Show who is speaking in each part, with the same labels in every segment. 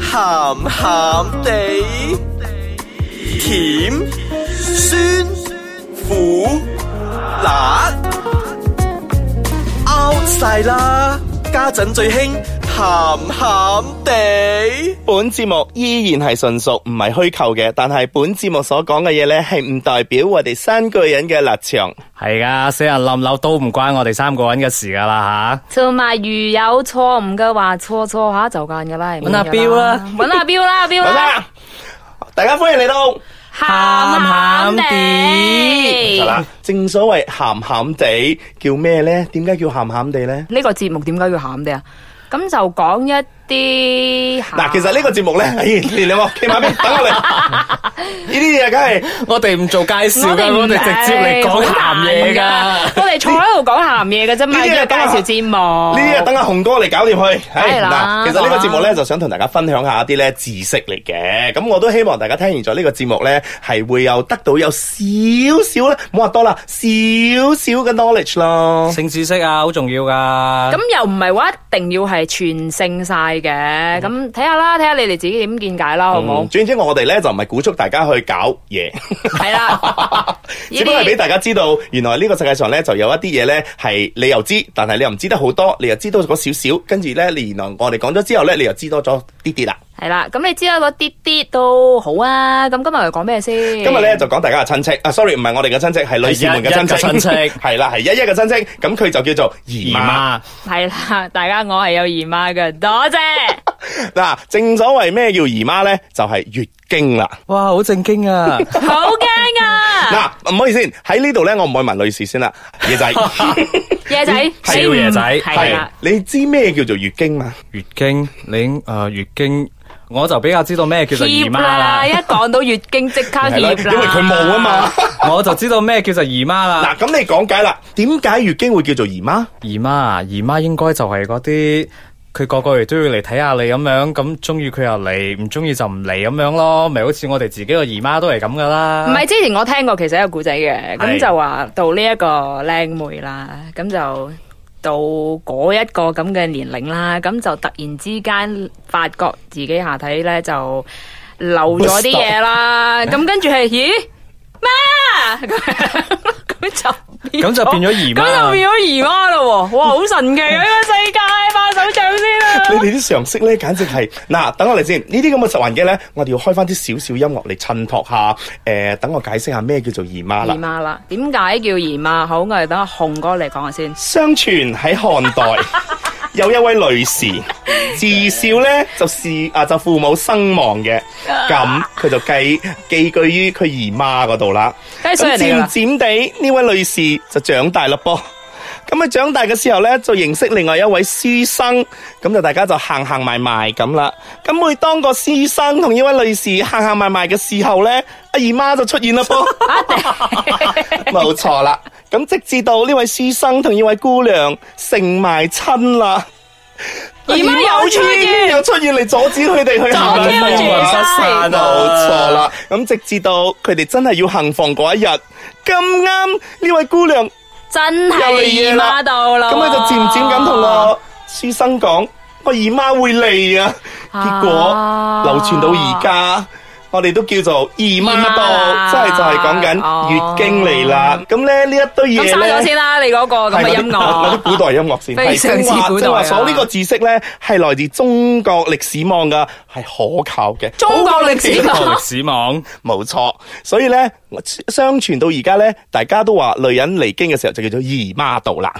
Speaker 1: 鹹鹹地，甜酸苦辣 out 晒啦！家陣最興鹹鹹地。
Speaker 2: 本節目依然係純屬唔係虛構嘅，但係本節目所講嘅嘢呢，係唔代表我哋三個人嘅立場。
Speaker 3: 係噶，啊死人冧樓都唔關我哋三個人嘅事噶啦
Speaker 4: 同埋如有錯誤嘅話，錯錯下就間噶啦，
Speaker 3: 搵阿彪啦
Speaker 4: 搵阿彪啦，阿彪
Speaker 2: 好
Speaker 4: 啦，
Speaker 2: 啦，大家歡迎嚟到。
Speaker 4: 鹹鹹
Speaker 2: 係
Speaker 4: 地。
Speaker 2: 啦，正所謂鹹鹹地叫咩呢？點解叫鹹鹹地呢？
Speaker 4: 呢個節目點解要鹹地啊？咁就講一啲
Speaker 2: 嗱，其實呢個節目呢，哎，你兩個企埋邊，等我嚟。呢啲嘢梗係
Speaker 3: 吓，我哋唔做介紹噶，我哋直接嚟講鹹嘢噶。，
Speaker 4: 我哋坐喺度講鹹嘢嘅啫嘛，
Speaker 2: 呢啲
Speaker 4: 叫
Speaker 2: 嘢等
Speaker 4: 介紹節目。
Speaker 2: 呢啲啊，等阿紅哥嚟搞掂佢。係
Speaker 4: 哦係啦
Speaker 2: 嗱，其實呢個
Speaker 4: 啊
Speaker 2: 節目咧，就想同大家分享下一啲咧知識嚟嘅。咁我都希望大家聽完咗呢個節目咧，係會有得到有少少咧，唔好話多啦，少少嘅 knowledge 咯。
Speaker 3: 性知識啊，好重要噶。
Speaker 4: 咁又唔係話一定要係全勝晒嘅，咁睇下啦，睇下你哋自己點見解啦，好唔好
Speaker 2: 嗯，？總之我哋咧就唔係鼓勵大家去搞嘢，
Speaker 4: 係啦，
Speaker 2: 只不過係俾大家知道，原來呢個世界上咧就有一啲嘢咧係你又知，但係你又唔知得好多，你又知道咗少少，跟住咧你原來我哋講咗之後咧，你又知多咗啲啲啦。
Speaker 4: 係啦，咁你知啦，嗰啲啲都好啊。咁今日嚟講咩先？
Speaker 2: 今日咧就講大家嘅親戚啊，sorry 唔係我哋嘅親戚，係女士們嘅親戚，
Speaker 3: 係一一嘅親戚
Speaker 2: 係啦，係一一嘅親戚，咁佢就叫做姨
Speaker 3: 姨
Speaker 2: 媽。
Speaker 3: 媽，
Speaker 4: 係啦，大家我係有姨媽嘅，多 謝。
Speaker 2: 嗱，正所謂咩叫姨媽咧，就係月經啦。
Speaker 3: 哇，好正經 啊！
Speaker 4: 好驚啊！
Speaker 2: 嗱，唔好意思，喺呢度咧，我唔會問女士先啦，野仔，
Speaker 4: 夜仔，
Speaker 3: 小
Speaker 4: 你唔
Speaker 3: 夜仔
Speaker 4: 係
Speaker 2: 係
Speaker 4: 啦，
Speaker 2: 你知咩叫做月經嘛？
Speaker 3: 月經，你誒、呃、月經，我就比較知道咩叫做姨
Speaker 4: 怯
Speaker 3: 媽
Speaker 4: 啦！
Speaker 3: 啦
Speaker 4: 一，講到月經即刻怯
Speaker 2: 係
Speaker 4: 啦，
Speaker 2: 啦，因為佢冇啊嘛。
Speaker 3: 我就知道咩叫做姨媽啦。
Speaker 2: 嗱，咁你講解啦，點解月經會叫做姨媽？
Speaker 3: 姨媽啊，姨媽應該就係嗰啲。佢個個月都要嚟睇下你咁樣，咁中意佢又嚟，唔中意就唔嚟咁樣咯，咪好似我哋自己個姨媽都係咁噶啦。
Speaker 4: 唔係之前我聽過，其實有古仔嘅，
Speaker 3: 係
Speaker 4: 咁就話到呢一個靚妹啦，咁就到嗰一個咁嘅年齡啦，咁就突然之間發覺自己下體咧就漏咗啲 嘢啦，咁跟住係咦媽咁就。
Speaker 3: 咁就變咗姨媽
Speaker 4: 咁就變咗姨媽啦喎！哇，好神奇啊！呢個世界，拍手掌 先啊！
Speaker 2: 你哋啲常識咧，簡直係嗱，等我嚟先。呢啲咁嘅實環境咧，我哋要開翻啲少少音樂嚟襯托下。誒、等我解釋下咩叫做姨媽啦
Speaker 4: 姨。媽啦，點解叫姨媽？好，我哋等阿紅哥嚟講下先。
Speaker 2: 相傳喺漢代有一位女士，自小咧就是啊就父母身亡嘅，咁佢就寄寄居於佢姨媽嗰度啦。
Speaker 4: 梗係衰
Speaker 2: 咁
Speaker 4: 人
Speaker 2: 漸
Speaker 4: 嚟㗎啦
Speaker 2: 漸地呢位女士就長大啦噃。咁佢長大嘅時候咧，就認識另外一位書生，咁就大家就行行埋埋咁啦。咁每當個書生同呢位女士行行埋埋嘅時候咧，阿姨媽就出現啦噃。冇錯啦。咁直至到呢位書生同呢位姑娘成埋親啦，
Speaker 4: 姨媽又啊出現
Speaker 2: 又出現嚟阻止佢哋去行
Speaker 4: 阻止
Speaker 2: 婚
Speaker 4: 佢哋
Speaker 2: 姻
Speaker 4: 失散啊
Speaker 2: 冇錯啦。咁直至到佢哋真係要行房嗰一日，咁啱呢位姑娘，
Speaker 4: 真係姨媽到啦！
Speaker 2: 咁佢就漸漸咁同個書生講：我姨媽會嚟啊！結果
Speaker 4: 啊
Speaker 2: 流傳到而家。我哋都叫做姨媽
Speaker 4: 姨媽
Speaker 2: 到，
Speaker 4: 啦
Speaker 2: 真係就係講緊月經嚟啦。咁咧呢一堆嘢
Speaker 4: 咁
Speaker 2: 咧，
Speaker 4: 收咗先啦，你嗰個咁 嘅音
Speaker 2: 嗰啲
Speaker 4: 樂。
Speaker 2: 古代音樂先，
Speaker 4: 非常之古代啊
Speaker 2: 正話所呢個知識咧，係來自中國歷史網噶，係可靠嘅。
Speaker 4: 中國歷史
Speaker 3: 中
Speaker 4: 網
Speaker 3: 國歷史網，
Speaker 2: 冇錯，所以咧，相傳到而家咧，大家都話女人嚟經嘅時候就叫做姨媽到啦。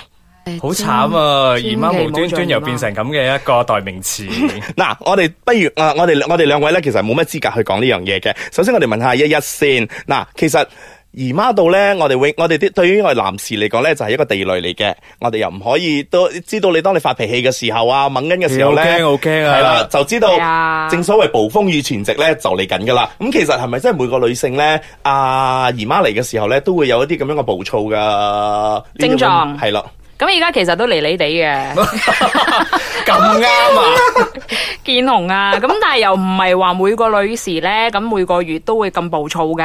Speaker 3: 好慘啊！
Speaker 4: 千
Speaker 3: 姨媽無端端又變成咁嘅一個代名詞。
Speaker 2: 嗱，我哋不如啊，我哋我哋兩位咧，其實冇乜資格去講呢樣嘢嘅。首先，我哋問下一一先。嗱，其實姨媽度咧，我哋永我哋啲對於我哋男士嚟講咧，就係一個地雷嚟嘅。我哋又唔可以都知道你當你發脾氣嘅時候啊，猛緊嘅時候咧，
Speaker 3: 好驚好驚啊
Speaker 2: 係啦，就知
Speaker 4: 係
Speaker 2: 道
Speaker 4: 啊
Speaker 2: 正所謂暴風雨前夕咧，就嚟緊噶啦。咁其實係咪真係每個女性咧，啊姨媽嚟嘅時候咧，都會有一啲咁樣嘅暴躁嘅呢啲咁
Speaker 4: 症狀
Speaker 2: 係啦，
Speaker 4: 咁而家其實都離離地 嘅，
Speaker 2: 咁啱啊！
Speaker 4: 見紅啊，咁但係又唔係話每個女士呢，咁每個月都會咁暴躁嘅。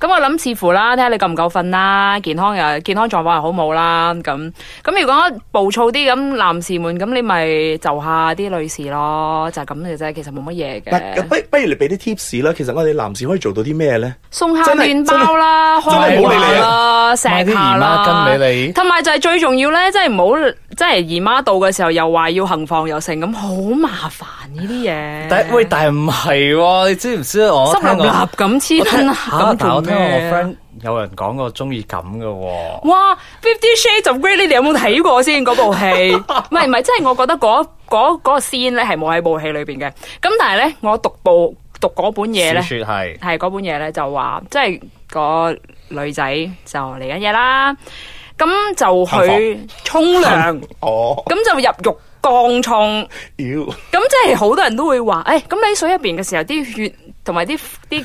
Speaker 4: 咁我諗視乎啦，睇下你夠唔夠瞓啦，健康又健康狀況又好冇啦。咁咁如果暴躁啲咁男士們，咁你咪就下啲女士咯，就係咁嘅啫，其實冇乜嘢
Speaker 2: 嗱，
Speaker 4: 嘅。
Speaker 2: 不不如你俾啲 tips 啦。其實我哋男士可以做到啲咩咧？
Speaker 4: 送下麵包啦，
Speaker 2: 真係
Speaker 4: 開
Speaker 2: 真係冇理
Speaker 4: 懷
Speaker 2: 你
Speaker 4: 啦，錫
Speaker 3: 買啲姨
Speaker 4: 下啦，
Speaker 3: 媽巾俾你
Speaker 4: 同埋就係最重要咧，即係唔好，即係姨媽到嘅時候又話要行房又成咁，好麻煩呢啲嘢。
Speaker 3: 但喂，但係唔係喎？你知唔知我
Speaker 4: 濕
Speaker 3: 聽
Speaker 4: 立
Speaker 3: 我
Speaker 4: 立咁黐
Speaker 3: 聽
Speaker 4: 身啊
Speaker 3: 嚇
Speaker 4: 咁
Speaker 3: 但我
Speaker 4: 做
Speaker 3: 聽我個
Speaker 4: 咩？
Speaker 3: friend 有人講過中意咁嘅喎。
Speaker 4: 哇，Fifty Shades of Grey，你哋有冇睇過先嗰 部戲？唔係唔係，即係我覺得嗰嗰嗰個 scene 咧係冇喺部戲裏邊嘅。咁但係咧，我讀部讀嗰本嘢咧。
Speaker 3: 小説係
Speaker 4: 係嗰本嘢咧就話，即係個女仔就嚟緊嘢啦，咁就去沖涼，
Speaker 2: 哦，
Speaker 4: 咁就入浴缸沖，
Speaker 2: 妖，
Speaker 4: 咁即係好多人都會話，誒、咁你喺水入邊嘅時候，啲血同埋啲啲。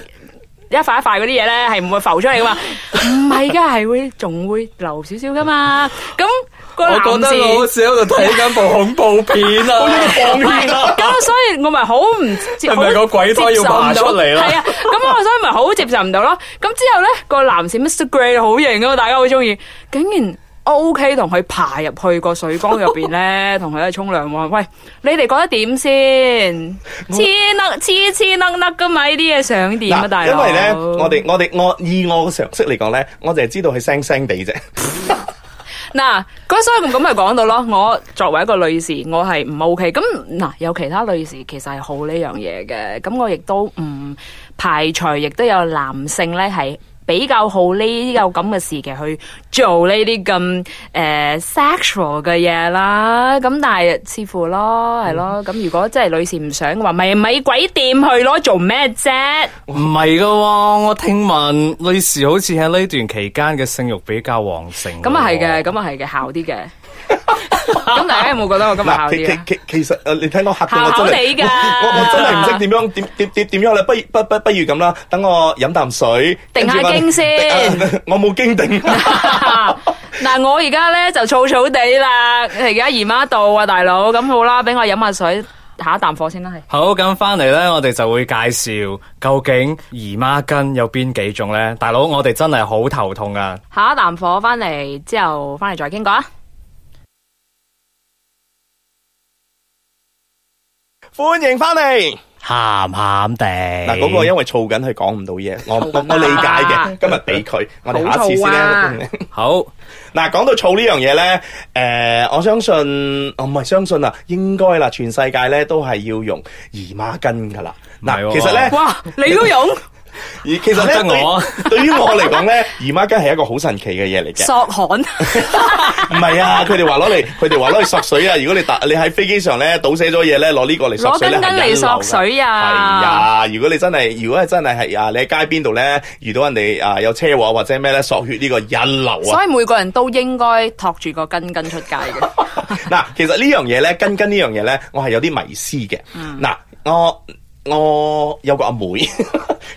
Speaker 4: 一塊一塊嗰啲嘢咧，係唔會浮出嚟噶嘛？唔係噶，係會仲會流少少噶嘛？咁、個男士，
Speaker 3: 似喺度睇緊部恐怖片啊！
Speaker 2: 放
Speaker 4: 喂
Speaker 2: 血啦！
Speaker 4: 咁所以我咪好唔接，
Speaker 3: 係咪個鬼胎要爬出嚟啦
Speaker 4: 係啊，咁我所以咪好接受唔到咯。咁之後咧，個男士 Mr Grey 好型啊嘛，大家好中意，竟然 O K 同佢爬入去個水缸入邊咧， 同佢喺度沖涼喎。喂，你哋覺得點先？黐甩黐黐甩甩噶嘛？呢啲嘢想點啊，大
Speaker 2: 嗱，
Speaker 4: 佬？
Speaker 2: 因為咧，我哋我哋我以我嘅常識嚟講咧，我淨係知道佢聲聲地啫。
Speaker 4: 嗱，咁所以咁咪講到咯。我作為一個女士，我係唔 OK。咁嗱，有其他女士其實係好呢樣嘢嘅。咁我亦都唔排除，亦都有男性咧係比較好呢啲有咁嘅時期去做呢啲咁誒 sexual 嘅嘢啦。咁但係似乎咯，係
Speaker 2: 嗯
Speaker 4: 咯。咁如果真係女士唔想嘅話，咪咪鬼掂去咯，做咩啫？
Speaker 3: 唔係噶喎，我聽聞女士好似喺呢段期間嘅性欲比較旺盛喎。
Speaker 4: 咁啊係嘅，咁啊係嘅，姣啲嘅。咁大家有冇覺得我今日姣
Speaker 2: 嗱，其
Speaker 4: 啲啊
Speaker 2: 其？其其實誒，呃你睇我嚇到我
Speaker 4: 姣姣
Speaker 2: 真係，
Speaker 4: 地㗎
Speaker 2: 我我我真係唔識點樣點點點點樣啦。不如不不不如咁啦，等我飲啖水，
Speaker 4: 定下
Speaker 2: 跟住我
Speaker 4: 經先。
Speaker 2: 我冇經定。
Speaker 4: 嗱，我而家咧就燥燥地啦，而家姨媽到啊，大佬，咁好啦，俾我飲下水，下一啖火先啦，係。
Speaker 3: 好，咁翻嚟呢，我哋就會介紹究竟姨媽巾有邊幾種呢？大佬，我哋真係好頭痛啊！
Speaker 4: 下一啖火翻嚟之後，翻嚟再傾過啊。
Speaker 2: 歡迎翻嚟。
Speaker 3: 鹹鹹地
Speaker 2: 嗱，嗰個因為燥緊，佢講唔到嘢，我我我理解嘅。今日俾佢，我哋下次先
Speaker 4: 啊好燥啊
Speaker 2: 咧。
Speaker 3: 好
Speaker 2: 嗱，講到燥呢樣嘢咧，誒、我相信，我唔係相信啊，應該啦，全世界咧都係要用姨媽巾噶啦。嗱、
Speaker 3: 唔係喎
Speaker 2: 其實咧，
Speaker 4: 哇，你都用
Speaker 2: 而其實
Speaker 3: 得我
Speaker 2: 咧，對對於我嚟講咧，姨媽巾係一個好神奇嘅嘢嚟嘅。
Speaker 4: 索汗，
Speaker 2: 唔係啊，佢哋話攞嚟，佢哋話攞嚟索水啊！如果你打你喺飛機上咧倒瀉咗嘢咧，攞呢個嚟索水咧
Speaker 4: 攞根
Speaker 2: 係
Speaker 4: 筋嚟索水啊
Speaker 2: 係啊！如果你真係，如果係真係係啊，你喺街邊度咧遇到人哋啊有車禍或者咩咧索血呢個一流啊！
Speaker 4: 所以每個人都應該托住個根根出街嘅。
Speaker 2: 嗱，其實呢樣嘢咧，根根呢樣嘢咧，我係有啲迷思嘅。嗱、我我有個阿妹，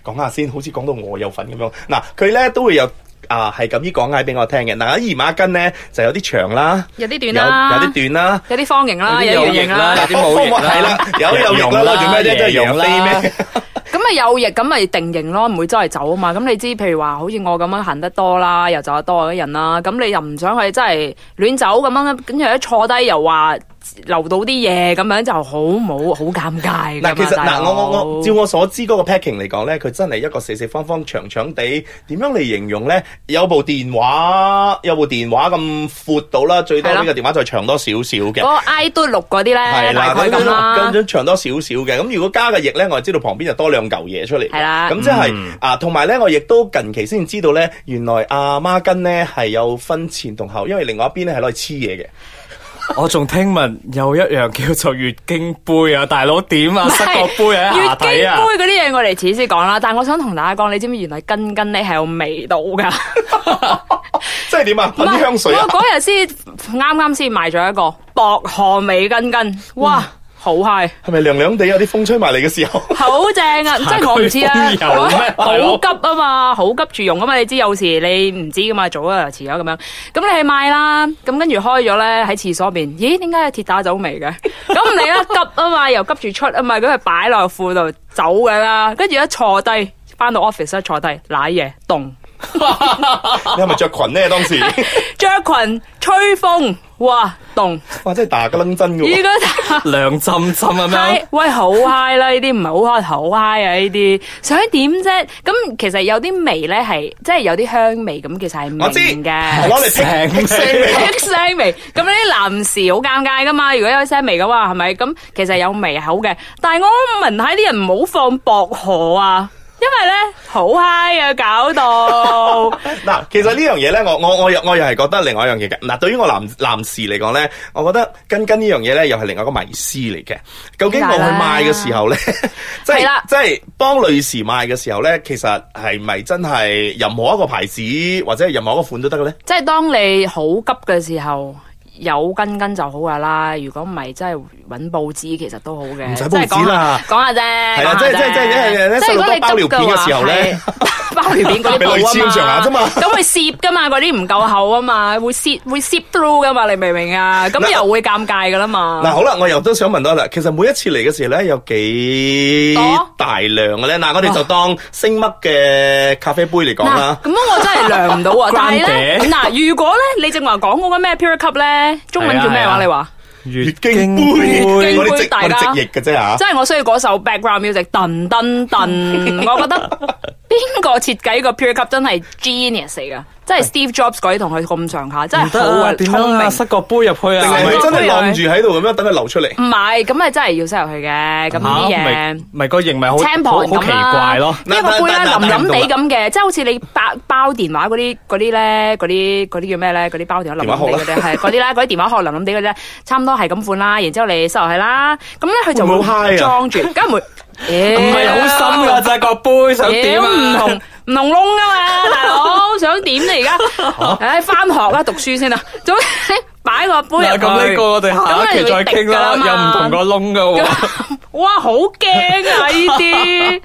Speaker 2: 講下先，好似講到我有份咁樣。嗱，佢咧都會有啊，係咁啲講解俾我聽嘅。嗱，姨媽巾咧就有啲長啦，
Speaker 4: 有啲短啦
Speaker 2: 有有啲短啦。
Speaker 4: 有啲方形啦，
Speaker 3: 有啲
Speaker 4: 有
Speaker 3: 有
Speaker 4: 圓
Speaker 3: 翼
Speaker 4: 形啦
Speaker 3: 啦，有啲冇翼啦
Speaker 2: 係啦，有有
Speaker 3: 有
Speaker 2: 翼
Speaker 3: 用
Speaker 2: 啦，
Speaker 3: 啦
Speaker 2: 做咩啫？都係
Speaker 3: 有
Speaker 2: 楊
Speaker 3: 用啦
Speaker 2: 飛咩？
Speaker 4: 咁咪有翼，咁咪定型咯，唔會周圍走啊嘛。咁你知，譬如話好似我咁樣行得多啦，又走得多嘅人啦，咁你又唔想佢真係亂走咁樣，跟住一坐低又話留到啲嘢，咁樣就好冇好尷尬㗎嘛
Speaker 2: 嗱，其實
Speaker 4: 啊大
Speaker 2: 嗱，
Speaker 4: 佬
Speaker 2: 我我我照我所知嗰個 packing 嚟講咧，佢真係一個四四方方、長長地，點樣嚟形容咧？有部電話，有部電話咁闊到啦，最多
Speaker 4: 係啦
Speaker 2: 呢個電話再長多少少
Speaker 4: 嗰
Speaker 2: 嘅。
Speaker 4: 個 I do 六嗰啲咧，
Speaker 2: 係
Speaker 4: 大
Speaker 2: 啦，
Speaker 4: 概
Speaker 2: 咁
Speaker 4: 咁啦
Speaker 2: 樣咁。樣長多少少嘅，咁如果加嘅翼咧，我就知道旁邊就多兩嚿嘢出嚟。
Speaker 4: 係啦
Speaker 2: 咁即係
Speaker 3: 嗯
Speaker 2: 啊，同埋咧，我亦都近期先知道咧，原來阿孖筋咧係有分前同後，因為另外一邊咧係攞嚟黐嘢嘅。
Speaker 3: 我仲聽聞有一樣叫做月經杯啊，大佬點啊？塞個杯喺
Speaker 4: 月
Speaker 3: 下
Speaker 4: 經
Speaker 3: 底啊！
Speaker 4: 杯嗰啲嘢我哋遲先講啦，但係我想同大家講，你知唔知原來根根咧係有味道㗎？
Speaker 2: 即係點啊？
Speaker 4: 唔
Speaker 2: 噴啲
Speaker 4: 係
Speaker 2: 香水啊
Speaker 4: 我！嗰日先啱啱先買咗一個薄荷味根根，哇！好 high，
Speaker 2: 系咪凉凉地有啲風吹埋嚟嘅時 候？
Speaker 4: 好正 啊！即係我唔知啊
Speaker 3: 下區風油咩，大佬
Speaker 4: 好急啊嘛，好急住用啊嘛，你知有時你唔知噶嘛，早啊遲咗咁樣，咁你去買啦，咁跟住開咗咧喺廁所入邊，咦點解有鐵打走味嘅？咁唔理啦，急啊嘛， 又急住出啊嘛，咁佢擺落褲度走噶啦，跟住一坐低翻到 office 一坐低，舐嘢 凍。
Speaker 2: 你係咪着裙呢？當時
Speaker 4: 着裙吹風，哇凍！
Speaker 2: 哇，真係打個楞真 嘅
Speaker 4: 依
Speaker 2: 喎。
Speaker 4: 家
Speaker 3: 涼浸浸咁樣
Speaker 4: high，喂好 high 啦，呢啲唔係好 high，好 high 啊呢啲，想點啫？咁其實有啲味咧係，即係有啲香味咁，其實係
Speaker 2: 我知，
Speaker 4: 明
Speaker 2: 攞
Speaker 4: 嘅。
Speaker 2: 嚟
Speaker 3: 成
Speaker 2: 劈劈聲嚟。
Speaker 4: 腥味，咁呢啲男士好尷尬噶嘛？如果有腥味嘅話，係咪？咁其實有味口嘅，但係我聞下啲人唔好放薄荷啊，因為咧好 high 啊，搞到
Speaker 2: 嗱，其實呢樣嘢咧，我我我又我又係覺得另外一樣嘢嘅。嗱，對於我男男士嚟講咧，我覺得跟跟呢樣嘢咧，又係另外一個迷思嚟嘅。究竟我去賣嘅時候 咧，即
Speaker 4: 係
Speaker 2: 係
Speaker 4: 啦
Speaker 2: 即係幫女士賣嘅時候咧，其實係咪真係任何一個牌子或者係任何一個款都得嘅咧？
Speaker 4: 即係當你好急嘅時候，有根根就好噶啦。如果唔係，真係揾報紙其實都好嘅。
Speaker 2: 唔使
Speaker 4: 即係
Speaker 2: 報紙啦
Speaker 4: 講下講下啫。
Speaker 2: 係啦
Speaker 4: 講
Speaker 2: 即
Speaker 4: 下
Speaker 2: 係即
Speaker 4: 啫
Speaker 2: 係即係即係即係
Speaker 4: 即係如果
Speaker 2: 細路
Speaker 4: 你
Speaker 2: 哥包尿片嘅時候呢
Speaker 4: 急嘅話，係 包尿片嗰啲
Speaker 2: 俾女
Speaker 4: 布
Speaker 2: 黐咁上
Speaker 4: 啊
Speaker 2: 下啫嘛
Speaker 4: 咁會攝噶嘛，嗰啲唔夠厚啊嘛，會攝會攝 through 噶嘛，你明唔明啊？
Speaker 2: 嗱
Speaker 4: 咁又會尷尬噶啦嘛。
Speaker 2: 嗱，好啦，我又都想問多啦。其實每一次嚟嘅時候咧，有幾
Speaker 4: 多
Speaker 2: 大量嘅咧？嗱，我哋就當星乜嘅咖啡杯嚟講
Speaker 4: 嗱
Speaker 2: 啦，。
Speaker 4: 咁我真係量唔到啊！ 但係咧，
Speaker 3: 關
Speaker 4: 嗱，如果咧，你正話講嗰個咩 pure cup 咧，中文叫咩
Speaker 3: 係啊係
Speaker 4: 話？
Speaker 3: 啊
Speaker 4: 你話？
Speaker 2: 月
Speaker 3: 月
Speaker 2: 經杯，我
Speaker 4: 經杯
Speaker 2: 哋直
Speaker 4: 大
Speaker 2: 我
Speaker 4: 家
Speaker 2: 哋直譯嘅啫嚇。
Speaker 4: 即係我需要嗰首 background music，噔 噔噔，我覺得邊個設計個 pure cup 真係 genius 嚟噶，即係 Steve Jobs 嗰啲同佢咁上下，真
Speaker 3: 唔
Speaker 4: 係
Speaker 3: 得
Speaker 4: 好
Speaker 3: 啊！
Speaker 4: 啊，
Speaker 3: 點
Speaker 4: 聰
Speaker 3: 樣啊？
Speaker 4: 明。
Speaker 3: 塞個杯入去
Speaker 2: 定係
Speaker 3: 啊
Speaker 4: 明？
Speaker 2: 佢真係
Speaker 4: 杯啊
Speaker 2: 晾住喺度咁樣等佢流出嚟？
Speaker 4: 唔係，咁係真係要塞入去嘅，咁啲
Speaker 3: 嚇咪
Speaker 4: 嘢。
Speaker 3: 咪個型咪好好
Speaker 4: 青
Speaker 3: 好
Speaker 4: 旁
Speaker 3: 奇
Speaker 4: 咁啦，
Speaker 3: 怪咯。
Speaker 4: 一個杯啦，
Speaker 2: 嗱嗱嗱
Speaker 4: 淋
Speaker 2: 嗱
Speaker 4: 淋地咁嘅，即係好似你包包電話嗰啲嗰啲咧，嗰啲嗰啲叫咩咧？嗰啲包電話淋淋地嗰 啲係嗰啲啦，嗰啲電話殼淋淋地嗰啲咧，差唔多係咁款啦。然之後你塞落去啦，咁咧佢就
Speaker 2: 會唔會好 high 啊
Speaker 4: 會裝住， 梗係唔會，
Speaker 3: 唔
Speaker 4: 唔
Speaker 3: 係好深㗎，就係個杯想點
Speaker 4: 屌唔
Speaker 3: 啊？
Speaker 4: 同唔同窿噶嘛，大佬想點你而家？唉，翻學啦，讀書先啦，總之 擺個杯入
Speaker 3: 嗱，
Speaker 4: 去。
Speaker 3: 咁呢個我哋下一期再傾啦，
Speaker 4: 咁你會滴㗎
Speaker 3: 又唔
Speaker 4: 嘛
Speaker 3: 同個窿㗎喎。
Speaker 4: 咁哇，好驚啊！呢啲，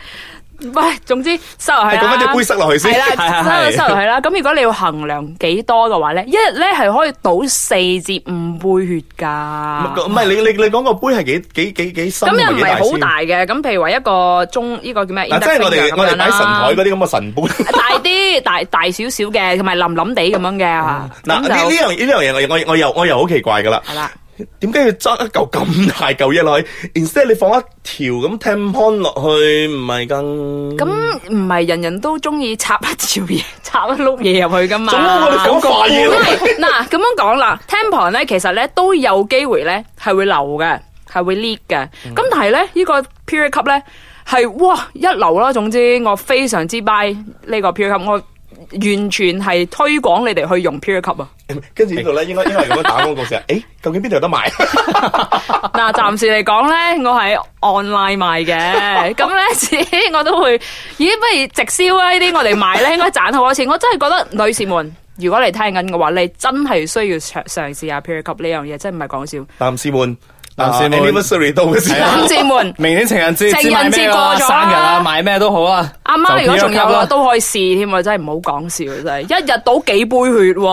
Speaker 4: 喂，總之收落去
Speaker 2: 係
Speaker 4: 啦。
Speaker 2: 講翻隻杯塞落去先
Speaker 4: 係。
Speaker 3: 係係
Speaker 4: 啦，
Speaker 3: 係
Speaker 4: 收收落去啦。咁如果你要衡量幾多嘅話咧，一日咧係可以倒四至五杯血㗎。
Speaker 2: 唔係你你你講個杯係幾幾幾幾深
Speaker 4: 咁
Speaker 2: 同埋
Speaker 4: 又唔
Speaker 2: 幾
Speaker 4: 係好
Speaker 2: 先？
Speaker 4: 大嘅，咁譬如話一個中呢個叫咩？
Speaker 2: 嗱，即係我
Speaker 4: Index
Speaker 2: 哋
Speaker 4: finger
Speaker 2: 我
Speaker 4: 咁
Speaker 2: 哋
Speaker 4: 樣啦
Speaker 2: 擺神台嗰啲咁嘅神杯。
Speaker 4: 大啲，大大少少嘅，同埋淋淋地咁樣嘅。
Speaker 2: 嗯
Speaker 4: 啊
Speaker 2: 嗱，呢呢
Speaker 4: 咁就
Speaker 2: 樣呢樣嘢我我我又我又好奇怪㗎啦。
Speaker 4: 係啦，
Speaker 2: 點解要裝一嚿咁大嚿嘢落去？instead 你放一條咁 tampon 落去，唔係更？
Speaker 4: 咁唔係人人都中意插一條嘢，插一碌嘢入去噶嘛？
Speaker 2: 總之我哋講怪嘢
Speaker 4: 因
Speaker 2: 咯。
Speaker 4: 為嗱咁樣講啦，tampon 咧其實咧都有機會咧係會流嘅，係會 leak 嘅。咁、
Speaker 2: 嗯
Speaker 4: 但係咧呢個 period cup 咧係哇一流啦，總之我非常之 buy 呢個 period cup，我完全係推廣你哋去用 period cup 啊！
Speaker 2: 跟住呢度咧，應該應該係咁樣打廣告先。誒，究竟邊度有得賣？
Speaker 4: 嗱，暫時嚟講咧，我係 online 賣嘅， 咁咧自己我都會，咦，不如直銷啊！呢啲我哋賣咧，應該賺好多錢。我真係覺得女士們，如果你聽緊嘅話，你真係需要嘗嘗試下 period cup 呢樣嘢，真係唔係講笑。
Speaker 2: 男士們，
Speaker 3: 男士們
Speaker 2: 啊，anniversary 到嘅時候。
Speaker 4: 男士們，
Speaker 3: 明年情人節知
Speaker 4: 情
Speaker 3: 買
Speaker 4: 人節
Speaker 3: 咩啊？
Speaker 4: 過咗
Speaker 3: 生
Speaker 4: 啦
Speaker 3: 日啊，買咩都好啊。
Speaker 4: 阿媽如果仲有
Speaker 3: 就 P.O. 級
Speaker 4: 啊，
Speaker 3: 啦，
Speaker 4: 都可以試添啊！真係唔好講笑，真係一日倒幾杯血喎、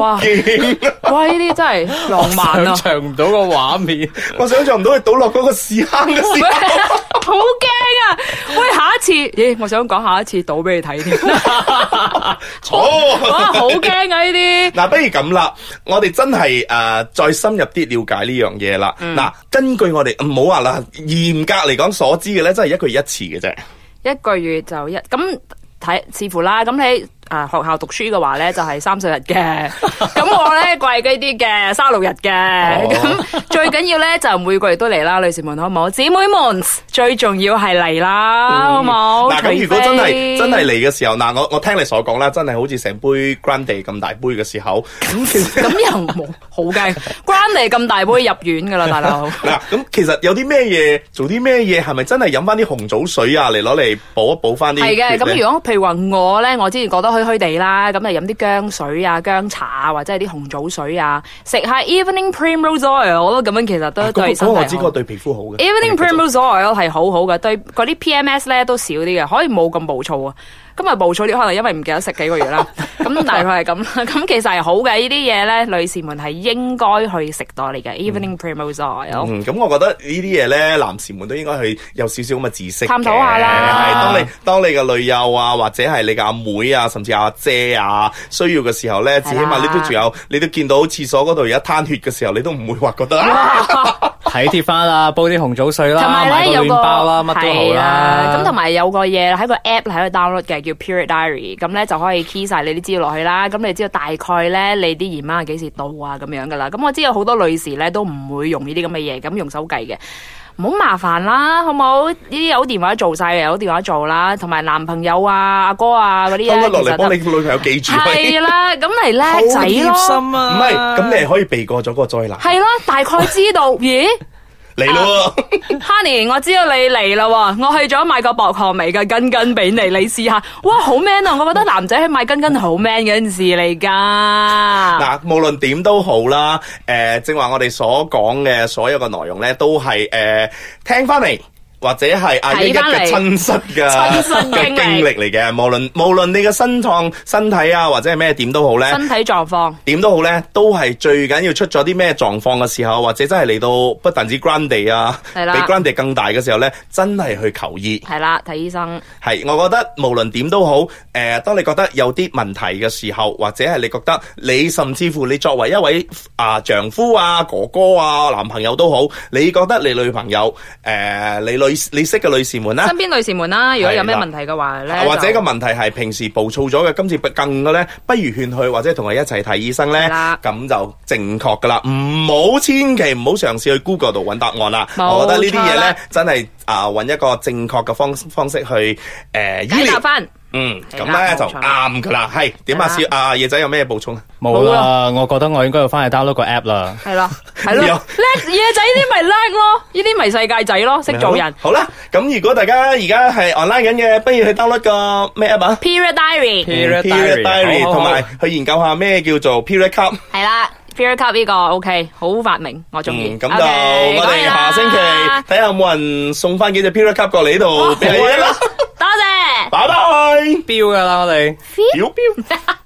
Speaker 4: 哇！
Speaker 2: 勁
Speaker 4: 哇！呢啲真係浪漫啊
Speaker 3: 想！象唔到個畫 面。
Speaker 2: 我想象唔到佢倒落嗰個屎坑嘅時
Speaker 4: 喂
Speaker 2: 候。
Speaker 4: 好驚啊！喂，下一次，咦，我想講下一次倒俾你睇 添。
Speaker 2: 哦
Speaker 4: 哇，好驚啊！呢啲
Speaker 2: 嗱，不如咁啦，我哋真係誒、呃再深入啲了解呢樣嘢啦。嗱、根據我哋唔好話啦，嚴格嚟講所知嘅咧，真係一個月一次嘅啫。
Speaker 4: 一個月就一咁睇，視乎啦。咁你啊學校讀書嘅話咧，就係三十日 嘅。咁我咧貴嗰啲嘅，三十六日嘅。咁、最緊要咧就每個月都嚟啦，女士們好唔好？姊妹們最重要係嚟啦，好唔好？
Speaker 2: 嗱，咁如果
Speaker 4: 哦除
Speaker 2: 真
Speaker 4: 非
Speaker 2: 係真係嚟嘅時候，嗱，我我聽你所講啦，真係好似成杯 grande 咁大杯嘅時候，咁其實
Speaker 4: 咁又冇好驚，關你咁大杯入院㗎啦， 大佬。
Speaker 2: 嗱，咁其實有啲咩嘢，做啲咩嘢，係咪真係飲翻啲紅棗水啊，嚟攞嚟補一補翻啲
Speaker 4: 係
Speaker 2: 血
Speaker 4: 嘅，
Speaker 2: 呢？
Speaker 4: 咁如果譬如話我咧，我之前覺得虛虛地啦，咁就飲啲姜水啊、姜茶啊，或者係啲紅棗水啊，食下 evening primrose oil，我覺得咁樣其實都
Speaker 2: 嗰個
Speaker 4: 對
Speaker 2: 嗰
Speaker 4: 身
Speaker 2: 個
Speaker 4: 體好。
Speaker 2: 我知嗰個對皮膚好嘅。
Speaker 4: Evening
Speaker 2: 繼續
Speaker 4: primrose oil 係好好嘅，對嗰啲 PMS 咧都少啲嘅，可以冇咁暴躁啊。今日暴躁啲，可能因為唔記得食幾個月 啦。咁大概係咁啦。咁其實係好嘅，呢啲嘢咧，女士們係應該去食多嚟嘅。Evening primrose oil
Speaker 2: 嗯，咁我覺得呢啲嘢咧，男士們都應該去有少少咁嘅知識嘅
Speaker 4: 探討下啦
Speaker 2: 係當你當你嘅女友啊，或者係你嘅阿妹啊，甚至阿姐啊，需要嘅時候咧，至
Speaker 4: 係啦
Speaker 2: 起碼你都仲有，你都見到廁所嗰度有一攤血嘅時候，你都唔會話覺 得啊
Speaker 3: 睇貼翻啦，煲啲紅棗水啦，
Speaker 4: 同埋
Speaker 3: 買
Speaker 4: 咧
Speaker 3: 個
Speaker 4: 有
Speaker 3: 暖
Speaker 4: 個
Speaker 3: 包啦，乜都好
Speaker 4: 係啦
Speaker 3: 啦。
Speaker 4: 咁同埋有個嘢喺個 app 喺度 download 嘅，叫 Period Diary。咁咧就可以 key 晒你啲資料落去啦。咁你知道大概咧你啲姨媽係幾時到啊咁樣噶啦。咁我知有好多女士咧都唔會用呢啲咁嘅嘢，咁用手計嘅。唔好麻煩啦，好冇？呢啲有電話做晒嘅，有電話做啦。同埋男朋友啊、阿哥啊嗰啲
Speaker 2: 偷
Speaker 4: 咧，
Speaker 2: 得落
Speaker 4: 其
Speaker 2: 嚟
Speaker 4: 實
Speaker 2: 幫你
Speaker 4: 都
Speaker 2: 女朋友記住佢。
Speaker 4: 係啊啦。咁嚟叻
Speaker 1: 好
Speaker 4: 仔
Speaker 1: 貼
Speaker 4: 咯，
Speaker 1: 心
Speaker 2: 唔
Speaker 1: 啊！
Speaker 2: 係，咁你係可以避過咗個災難。
Speaker 4: 係咯，大概知道。咦
Speaker 2: 嚟咯喎，
Speaker 4: ，Honey，我知道你嚟啦喎，我去咗買個薄荷味嘅巾巾俾你，你試下。哇，好 man 啊！我覺得男仔去買巾巾好 man 嘅件事嚟㗎。
Speaker 2: 嗱，無論點都好啦，誒，正話我哋所講嘅所有嘅內容咧，都係誒聽翻嚟。或者係阿一一
Speaker 4: 睇返嚟
Speaker 2: 嘅親身嘅
Speaker 4: 親身經歷
Speaker 2: 嘅經歷嚟嘅，無論無論你嘅身創身體啊，或者係咩點都好咧，
Speaker 4: 身體狀況。
Speaker 2: 點都好咧，都係最緊要出咗啲咩狀況嘅時候，或者真係嚟到不但止 grand 地啊，比
Speaker 4: 係啦
Speaker 2: grand 地更大嘅時候咧，真係去求醫。
Speaker 4: 係啦，睇醫生。
Speaker 2: 係，我覺得無論點都好，誒、當你覺得有啲問題嘅時候，或者係你覺得你甚至乎你作為一位啊、丈夫啊、哥哥啊、男朋友都好，你覺得你女朋友誒、你女你識嘅女士們啦、
Speaker 4: 身邊女士們啦，如果有咩
Speaker 2: 係啦
Speaker 4: 問題嘅話咧，
Speaker 2: 或者
Speaker 4: 就
Speaker 2: 個問題係平時暴躁咗嘅，今次更嘅咧，不如勸佢或者同佢一齊睇醫生咧
Speaker 4: 係啦，
Speaker 2: 咁就正確噶啦。唔好千祈唔好嘗試去 Google 度揾答案啦。
Speaker 4: 冇
Speaker 2: 我覺得呢啲嘢
Speaker 4: 錯
Speaker 2: 咧
Speaker 4: 啦，
Speaker 2: 真係啊揾一個正確嘅方方式去誒
Speaker 4: 解
Speaker 2: 醫
Speaker 4: 答
Speaker 2: 療。
Speaker 4: 翻。
Speaker 2: 嗯，咁
Speaker 4: 係啦
Speaker 2: 咧就
Speaker 4: 冇錯啦
Speaker 2: 啱噶啦。係點啊？
Speaker 4: 係
Speaker 2: 小
Speaker 4: 啦
Speaker 2: 啊，野仔有咩補充啊？
Speaker 3: 冇啦，我覺得我應該要翻去 download 個 app 啦。
Speaker 4: 系咯，系
Speaker 2: 有
Speaker 4: 咯，叻嘢仔呢啲咪叻咯，呢啲咪世界仔咯，識做人。
Speaker 2: 好啦，咁如果大家而家係 online 緊嘅，不如去 download 個咩 app 啊
Speaker 4: Period Diary
Speaker 3: Period diary，好好好
Speaker 2: 同埋去研究下咩叫做 period cup。
Speaker 4: 係啦，Period Cup 呢個 OK，好發明，我中意。
Speaker 2: 嗯，咁就
Speaker 4: OK，
Speaker 2: 我
Speaker 4: 講
Speaker 2: 哋
Speaker 4: 完
Speaker 2: 下
Speaker 4: 啦
Speaker 2: 星期睇下有冇人送翻幾隻 Period Cup 過嚟呢度俾你啦，
Speaker 4: 多謝。
Speaker 2: 拜拜，
Speaker 3: 標噶啦，我哋。
Speaker 2: 表表。